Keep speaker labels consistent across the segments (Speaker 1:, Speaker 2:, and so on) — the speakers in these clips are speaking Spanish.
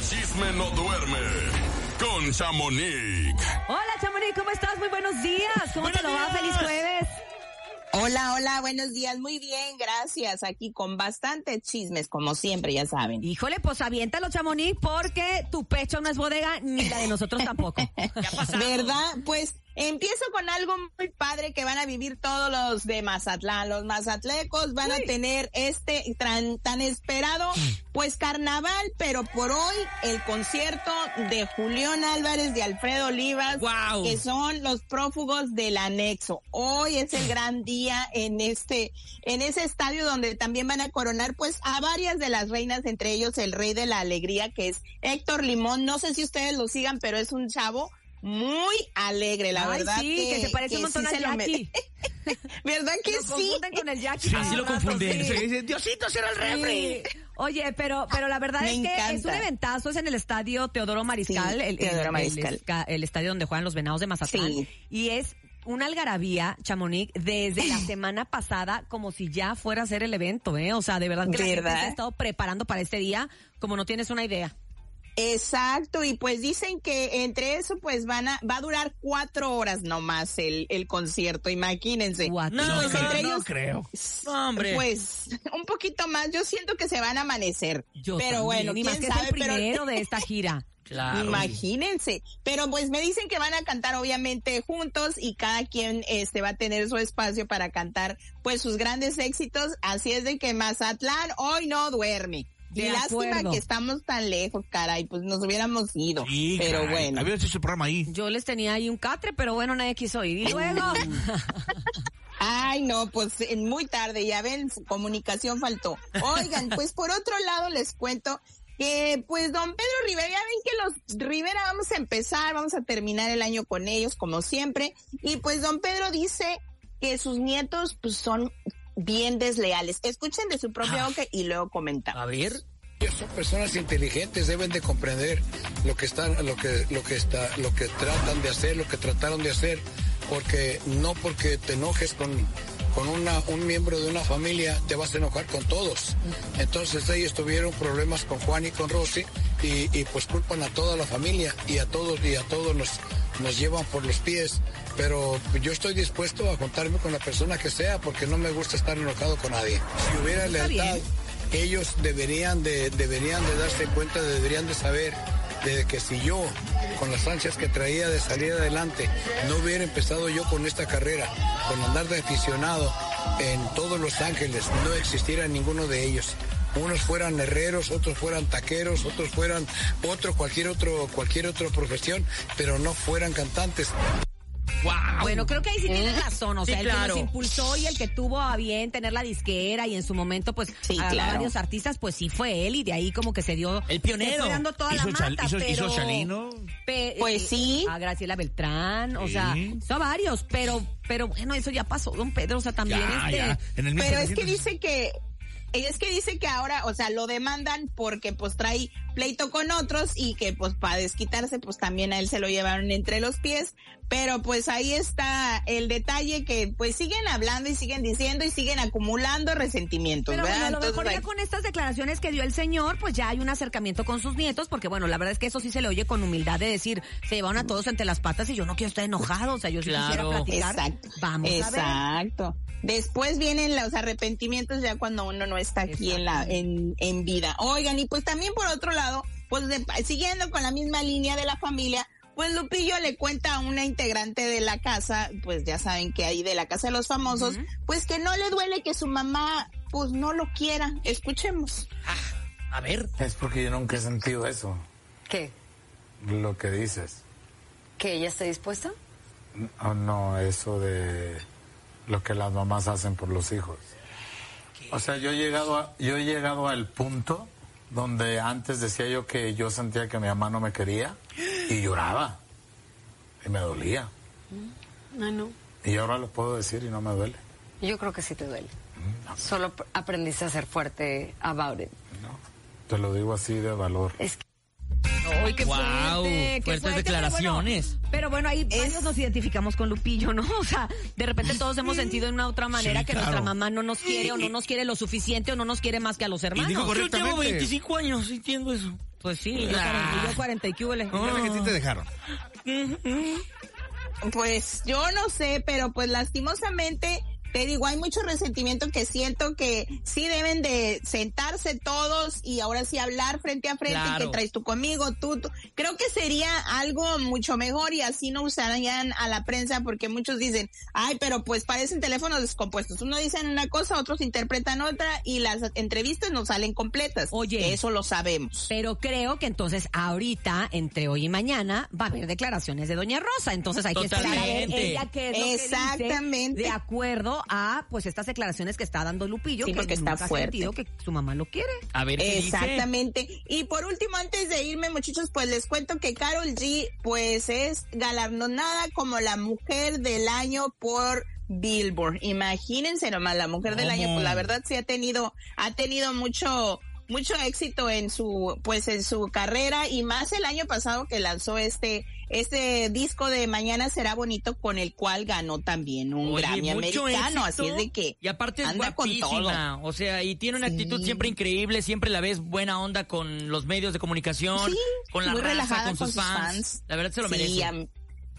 Speaker 1: chisme no duerme con Chamonix.
Speaker 2: Hola, Chamonix, ¿cómo estás? Muy buenos días. ¿Cómo te lo va? Feliz jueves.
Speaker 3: Hola, hola, buenos días. Muy bien, gracias. Aquí con bastantes chismes, como siempre, ya saben.
Speaker 2: Híjole, pues aviéntalo, Chamonix, porque tu pecho no es bodega ni la de nosotros tampoco.
Speaker 3: ¿Verdad? Pues empiezo con algo muy padre que van a vivir todos los de Mazatlán. Los mazatlecos van a tener este tan, tan esperado, pues carnaval, pero por hoy el concierto de Julián Álvarez y Alfredo Olivas,
Speaker 4: Guau.
Speaker 3: que son los prófugos del anexo. Hoy es el gran día en este, en ese estadio donde también van a coronar pues a varias de las reinas, entre ellos el rey de la alegría que es Héctor Limón. No sé si ustedes lo sigan, pero es un chavo muy alegre, la
Speaker 2: Ay,
Speaker 3: verdad.
Speaker 2: sí, que, se parece un montón
Speaker 3: sí
Speaker 2: a
Speaker 3: se lo
Speaker 2: Jackie.
Speaker 3: mere- ¿Verdad que
Speaker 2: Lo
Speaker 3: sí?
Speaker 2: confunden con el Jackie.
Speaker 4: Así lo
Speaker 2: por rato,
Speaker 4: confunden.
Speaker 2: sí.
Speaker 4: Se dice, Diosito será el refri.
Speaker 2: Sí. Oye, pero, pero la verdad
Speaker 3: Me
Speaker 2: es que es un
Speaker 3: encanta.
Speaker 2: eventazo, es en el estadio Teodoro Mariscal, el,
Speaker 3: Sí,
Speaker 2: el-
Speaker 3: Teodoro
Speaker 2: el
Speaker 3: Mariscal.
Speaker 2: esca- el estadio donde juegan los venados de Mazatlán.
Speaker 3: Sí.
Speaker 2: Y es una algarabía, Chamonix, desde la semana pasada, como si ya fuera a ser el evento, ¿eh? O sea, de verdad que la gente
Speaker 3: ¿Verdad?
Speaker 2: se ha estado preparando para este día, como no tienes una idea.
Speaker 3: Exacto, y pues dicen que entre eso pues van a, va a durar cuatro horas nomás el, el concierto, imagínense.
Speaker 2: Cuatro.
Speaker 4: No,
Speaker 3: Pues
Speaker 4: no,
Speaker 3: entre
Speaker 4: no
Speaker 3: ellos-
Speaker 4: creo. No, hombre.
Speaker 3: Pues un poquito más, yo siento que se van a amanecer. pero bueno,
Speaker 2: ni más
Speaker 3: quién
Speaker 2: que
Speaker 3: sabe,
Speaker 2: es el
Speaker 3: pero-
Speaker 2: primero de esta gira.
Speaker 4: Claro.
Speaker 3: Imagínense, pero pues me dicen que van a cantar obviamente juntos y cada quien este va a tener su espacio para cantar pues sus grandes éxitos, así es de que Mazatlán hoy no duerme.
Speaker 2: De
Speaker 3: y
Speaker 2: acuerdo.
Speaker 3: lástima que estamos tan lejos, caray, pues nos hubiéramos ido,
Speaker 5: Sí,
Speaker 3: pero
Speaker 5: caray,
Speaker 3: bueno.
Speaker 5: Habían hecho ese programa ahí.
Speaker 2: Yo les tenía ahí un catre, pero bueno, nadie quiso ir. Y luego,
Speaker 3: Ay, no, pues eh, muy tarde, ya ven, su comunicación faltó. Oigan, pues por otro lado les cuento que pues don Pedro Rivera, ya ven que los Rivera vamos a empezar, vamos a terminar el año con ellos como siempre, y pues don Pedro dice que sus nietos pues son bien desleales. Escuchen de su propia boca y luego comentamos.
Speaker 4: A ver.
Speaker 6: Ellos son personas inteligentes, deben de comprender lo que están, lo que, lo que está, lo que tratan de hacer, lo que trataron de hacer, porque no porque te enojes con, con una- un miembro de una familia te vas a enojar con todos. Entonces ellos tuvieron problemas con Juan y con Rosy y, y, pues culpan a toda la familia y a todos y a todos nos, nos llevan por los pies. Pero yo estoy dispuesto a juntarme con la persona que sea porque no me gusta estar enojado con nadie. Si hubiera
Speaker 2: Está
Speaker 6: lealtad,
Speaker 2: bien.
Speaker 6: ellos deberían de, deberían de darse cuenta, deberían de saber de que si yo, con las ansias que traía de salir adelante, no hubiera empezado yo con esta carrera, con andar de aficionado en todos Los Ángeles, no existiera ninguno de ellos. Unos fueran herreros, otros fueran taqueros, otros fueran otro, cualquier otro, cualquier otra profesión, pero no fueran cantantes.
Speaker 4: Wow. Eh,
Speaker 2: Bueno, creo que ahí sí tienes razón, o
Speaker 4: Sí,
Speaker 2: sea, el que
Speaker 4: claro.
Speaker 2: nos impulsó y el que tuvo a bien tener la disquera y en su momento, pues,
Speaker 3: Sí,
Speaker 2: a
Speaker 3: claro.
Speaker 2: varios artistas, pues sí fue él y de ahí como que se dio...
Speaker 4: El pionero.
Speaker 2: se fue dando toda la
Speaker 5: hizo,
Speaker 2: mata,
Speaker 5: Chal- hizo-
Speaker 2: pero...
Speaker 5: hizo Chalino.
Speaker 2: Pe-
Speaker 3: Pues
Speaker 2: eh,
Speaker 3: sí.
Speaker 2: A Graciela Beltrán, o
Speaker 5: Sí.
Speaker 2: sea, hizo a varios, pero, pero bueno, eso ya pasó, don Pedro, o sea, también
Speaker 5: Ya,
Speaker 2: este...
Speaker 5: ya. En el
Speaker 3: Pero es que
Speaker 5: 1700.
Speaker 3: dice que eh, es que dice que ahora, o sea, lo demandan porque pues trae pleito con otros y que pues para desquitarse pues también a él se lo llevaron entre los pies, pero pues ahí está el detalle que pues siguen hablando y siguen diciendo y siguen acumulando resentimientos,
Speaker 2: Pero bueno,
Speaker 3: ¿verdad?
Speaker 2: a lo
Speaker 3: Entonces,
Speaker 2: mejor ya
Speaker 3: ahí-
Speaker 2: con estas declaraciones que dio el señor, pues ya hay un acercamiento con sus nietos, porque bueno, la verdad es que eso sí se le oye con humildad de decir, se llevaron a todos entre las patas y yo no quiero estar enojado, o sea, yo sí quisiera
Speaker 4: Claro.
Speaker 2: platicar.
Speaker 3: Exacto.
Speaker 2: Vamos
Speaker 3: Exacto.
Speaker 2: a ver.
Speaker 3: Después vienen los arrepentimientos ya cuando uno no está aquí en la en, en vida. Oigan, y pues también por otro lado, pues de- siguiendo con la misma línea de la familia, pues Lupillo le cuenta a una integrante de la casa, pues ya saben que ahí de la casa de los famosos, pues que no le duele que su mamá pues no lo quiera. Escuchemos.
Speaker 4: A ver.
Speaker 7: Es porque yo nunca he sentido eso,
Speaker 8: ¿Qué?
Speaker 7: lo que dices.
Speaker 8: ¿Que ella está dispuesta?
Speaker 7: O no, eso de lo que las mamás hacen por los hijos. O sea, yo he llegado a- yo he llegado al punto donde antes decía yo que yo sentía que mi mamá no me quería y lloraba y me dolía.
Speaker 8: No, no.
Speaker 7: Y ahora lo puedo decir y no me duele.
Speaker 8: Yo creo que sí te duele. Solo p- aprendiste a ser fuerte about it.
Speaker 7: Te lo digo así de valor.
Speaker 8: Es que
Speaker 2: Ay, qué
Speaker 4: Guau,
Speaker 2: fuerte, qué
Speaker 4: fuertes
Speaker 2: fuerte,
Speaker 4: declaraciones.
Speaker 2: Pero bueno, pero bueno, ahí varios nos identificamos con Lupillo, ¿no? O sea, de repente todos hemos sentido en una u otra manera
Speaker 5: Sí,
Speaker 2: que
Speaker 5: claro.
Speaker 2: nuestra mamá no nos quiere o no nos quiere lo suficiente o no nos quiere más que a los
Speaker 5: digo
Speaker 2: hermanos.
Speaker 5: correctamente.
Speaker 4: Yo tengo 25 años y tengo eso.
Speaker 2: Pues sí, yo 40, y yo 40 y qué huele.
Speaker 5: Dígame que sí te dejaron.
Speaker 3: Pues yo no sé, pero pues lastimosamente te digo, hay mucho resentimiento que siento que sí deben de sentarse todos y ahora sí hablar frente a frente
Speaker 4: Claro.
Speaker 3: y que traes tú conmigo, tú, tú. Creo que sería algo mucho mejor y así no usarían a la prensa porque muchos dicen, ay, pero pues parecen teléfonos descompuestos. Uno dicen una cosa, otros interpretan otra y las entrevistas no salen completas.
Speaker 2: Oye.
Speaker 3: Eso lo sabemos.
Speaker 2: Pero creo que entonces ahorita, entre hoy y mañana, va a haber declaraciones de Doña Rosa. Entonces hay que esperar a ver
Speaker 4: Totalmente.
Speaker 2: ella qué es lo que dice
Speaker 3: Exactamente.
Speaker 2: de acuerdo a pues estas declaraciones que está dando Lupillo,
Speaker 3: Sí,
Speaker 2: que
Speaker 3: porque está
Speaker 2: nunca ha
Speaker 3: fuerte.
Speaker 2: sentido que su mamá lo quiere.
Speaker 4: A ver qué dice.
Speaker 3: Exactamente. Y por último, antes de irme, muchachos, pues les cuento que Carol G, pues es galardonada como la mujer del año por Billboard. Imagínense nomás, la mujer del año, pues la verdad sí ha tenido, ha tenido mucho, mucho éxito en su, pues en su carrera y más el año pasado que lanzó este, este disco de Mañana será bonito con el cual ganó también un
Speaker 4: Oye,
Speaker 3: Grammy
Speaker 4: mucho
Speaker 3: americano.
Speaker 4: éxito,
Speaker 3: Así es de que.
Speaker 4: Y aparte es
Speaker 3: anda con todo.
Speaker 4: guapísima. O sea, y tiene una actitud siempre increíble. Siempre la ves buena onda con los medios de comunicación.
Speaker 3: Sí,
Speaker 4: con la
Speaker 3: muy
Speaker 4: raza,
Speaker 3: relajada
Speaker 4: con sus, fans. La verdad se lo
Speaker 3: Sí,
Speaker 4: merece.
Speaker 3: am-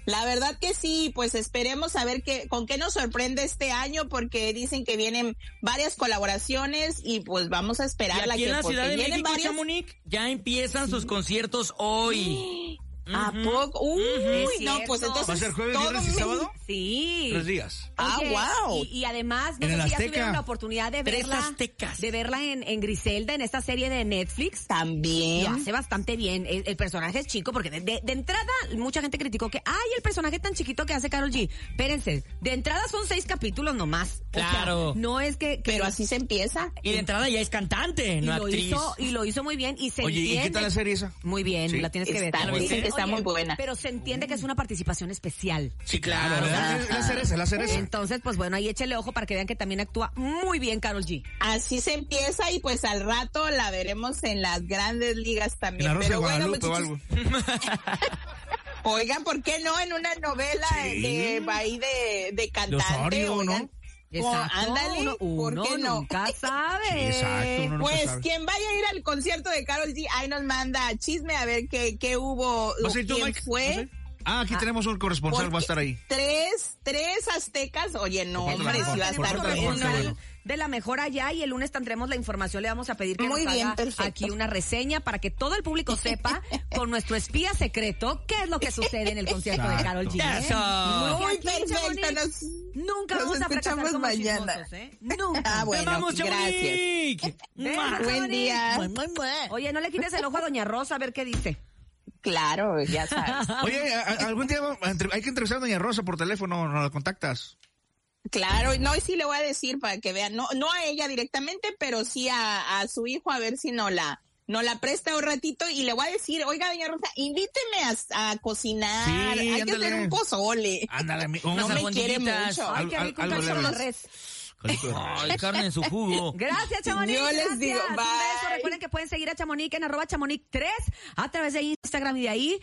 Speaker 3: la verdad que sí, pues esperemos a ver qué, con qué nos sorprende este año, porque dicen que vienen varias colaboraciones y pues vamos a
Speaker 4: Y
Speaker 3: esperar la
Speaker 4: aquí
Speaker 3: que
Speaker 4: en la
Speaker 3: porque
Speaker 4: Ciudad de
Speaker 3: vienen
Speaker 4: México,
Speaker 3: varias-
Speaker 4: Chamonix, ya empiezan sus conciertos hoy.
Speaker 3: ¿A
Speaker 4: Ujú.
Speaker 3: poco? Uy,
Speaker 2: Es
Speaker 3: no, pues
Speaker 2: cierto.
Speaker 3: entonces.
Speaker 5: ¿Va a ser jueves,
Speaker 3: todo
Speaker 5: viernes y
Speaker 3: México-
Speaker 5: sábado?
Speaker 2: Sí.
Speaker 5: Tres días.
Speaker 3: Ah,
Speaker 2: Oye,
Speaker 3: wow.
Speaker 2: Y, y además, no
Speaker 5: En
Speaker 2: sé
Speaker 5: el
Speaker 2: si ya
Speaker 5: Azteca.
Speaker 2: tuvieron la oportunidad de
Speaker 4: Tres
Speaker 2: verla,
Speaker 4: aztecas.
Speaker 2: de verla en, en Griselda, en esta serie de Netflix. Lo
Speaker 3: También.
Speaker 2: hace bastante bien. El, el personaje es chico, porque de, de- de entrada mucha gente criticó que, ay, el personaje tan chiquito que hace Carol G. Espérense, de entrada son seis capítulos nomás. O sea,
Speaker 4: Claro.
Speaker 2: no es que... que
Speaker 3: Pero así se empieza.
Speaker 4: Y de entrada ya es cantante,
Speaker 2: y
Speaker 4: no
Speaker 2: lo
Speaker 4: actriz.
Speaker 2: hizo y lo hizo muy bien y se
Speaker 5: Oye, ¿y
Speaker 2: entiende
Speaker 5: qué tal la serie esa?
Speaker 2: muy bien
Speaker 5: Sí.
Speaker 2: la tienes que ver
Speaker 3: Está-
Speaker 4: ¿La viste?
Speaker 3: dicen que está
Speaker 2: Oye,
Speaker 3: muy buena.
Speaker 2: pero se entiende que es una participación especial
Speaker 4: Sí, claro.
Speaker 5: Ah, ¿verdad? La cereza, la cereza.
Speaker 2: entonces pues bueno ahí échale ojo para que vean que también actúa muy bien Carol G
Speaker 3: Así se empieza y pues al rato la veremos en las grandes ligas
Speaker 5: En
Speaker 3: también.
Speaker 5: la Rosa de
Speaker 3: Pero bueno,
Speaker 5: Guadalupe o
Speaker 3: muchachos,
Speaker 5: algo.
Speaker 3: Oigan, ¿por qué no en una novela
Speaker 5: Sí.
Speaker 3: de ahí de, de cantante?
Speaker 5: Osorio, ¿no?
Speaker 3: oigan? O, Oh, ándale,
Speaker 2: uno,
Speaker 3: ¿por qué
Speaker 2: uno
Speaker 3: no?
Speaker 2: nunca sabe
Speaker 5: Exacto, uno nunca
Speaker 3: Pues
Speaker 5: sabe.
Speaker 3: quien vaya a ir al concierto de Carol G, ahí nos manda chisme a ver qué, qué hubo,
Speaker 5: ¿Vas a ir tú,
Speaker 3: quién
Speaker 5: Mike?
Speaker 3: fue.
Speaker 5: ¿Vas a ir? Ah, aquí tenemos un corresponsal, va a estar ahí.
Speaker 3: Porque Tres, tres aztecas. Oye, no,
Speaker 5: Por
Speaker 3: hombre,
Speaker 5: favor,
Speaker 3: si va a
Speaker 5: por
Speaker 3: estar
Speaker 5: favor,
Speaker 3: bueno.
Speaker 5: por favor.
Speaker 2: de la mejor allá y el lunes tendremos la información. Le vamos a pedir que
Speaker 3: Muy
Speaker 2: nos
Speaker 3: bien,
Speaker 2: haga
Speaker 3: perfecto.
Speaker 2: aquí una reseña para que todo el público sepa con nuestro espía secreto qué es lo que sucede en el concierto de Carol G. ¿eh?
Speaker 4: Eso.
Speaker 3: Muy
Speaker 2: Aquí en
Speaker 3: perfecto,
Speaker 2: Chamonix
Speaker 3: nos-
Speaker 2: Nunca
Speaker 3: nos
Speaker 2: vamos a fracasar
Speaker 3: escuchamos
Speaker 2: como
Speaker 3: mañana.
Speaker 2: chismosos, ¿eh? Nunca.
Speaker 3: Ah,
Speaker 4: Te
Speaker 3: bueno,
Speaker 4: amamos,
Speaker 3: gracias.
Speaker 4: Chamonix.
Speaker 2: Besos,
Speaker 3: Buen día.
Speaker 2: Chamonix. Oye, no le quites el ojo a Doña Rosa a ver qué dice.
Speaker 3: Claro, ya sabes.
Speaker 5: Oye, a- a- algún día vamos a entre- hay que entrevistar a Doña Rosa por teléfono, no la contactas.
Speaker 3: Claro, no, y sí le voy a decir para que vean, no, no a ella directamente, pero sí a, a su hijo, a ver si no la, no la presta un ratito y le voy a decir, oiga, doña Rosa, invíteme a, a cocinar,
Speaker 5: Sí,
Speaker 3: hay que
Speaker 5: ándale. Ah,
Speaker 3: hacer un pozole.
Speaker 5: Ándale, mi-
Speaker 4: Unas
Speaker 3: No me
Speaker 4: albondiguitas.
Speaker 3: quiere mucho.
Speaker 2: Ay,
Speaker 5: Al-
Speaker 2: qué
Speaker 5: al-
Speaker 2: rico un
Speaker 5: algo
Speaker 2: calzón
Speaker 5: leve.
Speaker 2: de res.
Speaker 5: Calito de-
Speaker 4: Ay, carne en su jugo.
Speaker 2: Gracias, Chamonix.
Speaker 3: Yo les
Speaker 2: gracias.
Speaker 3: digo,
Speaker 2: Un
Speaker 3: bye.
Speaker 2: beso. Recuerden que pueden seguir a Chamonix en arroba chamonix3 a través de Instagram y de ahí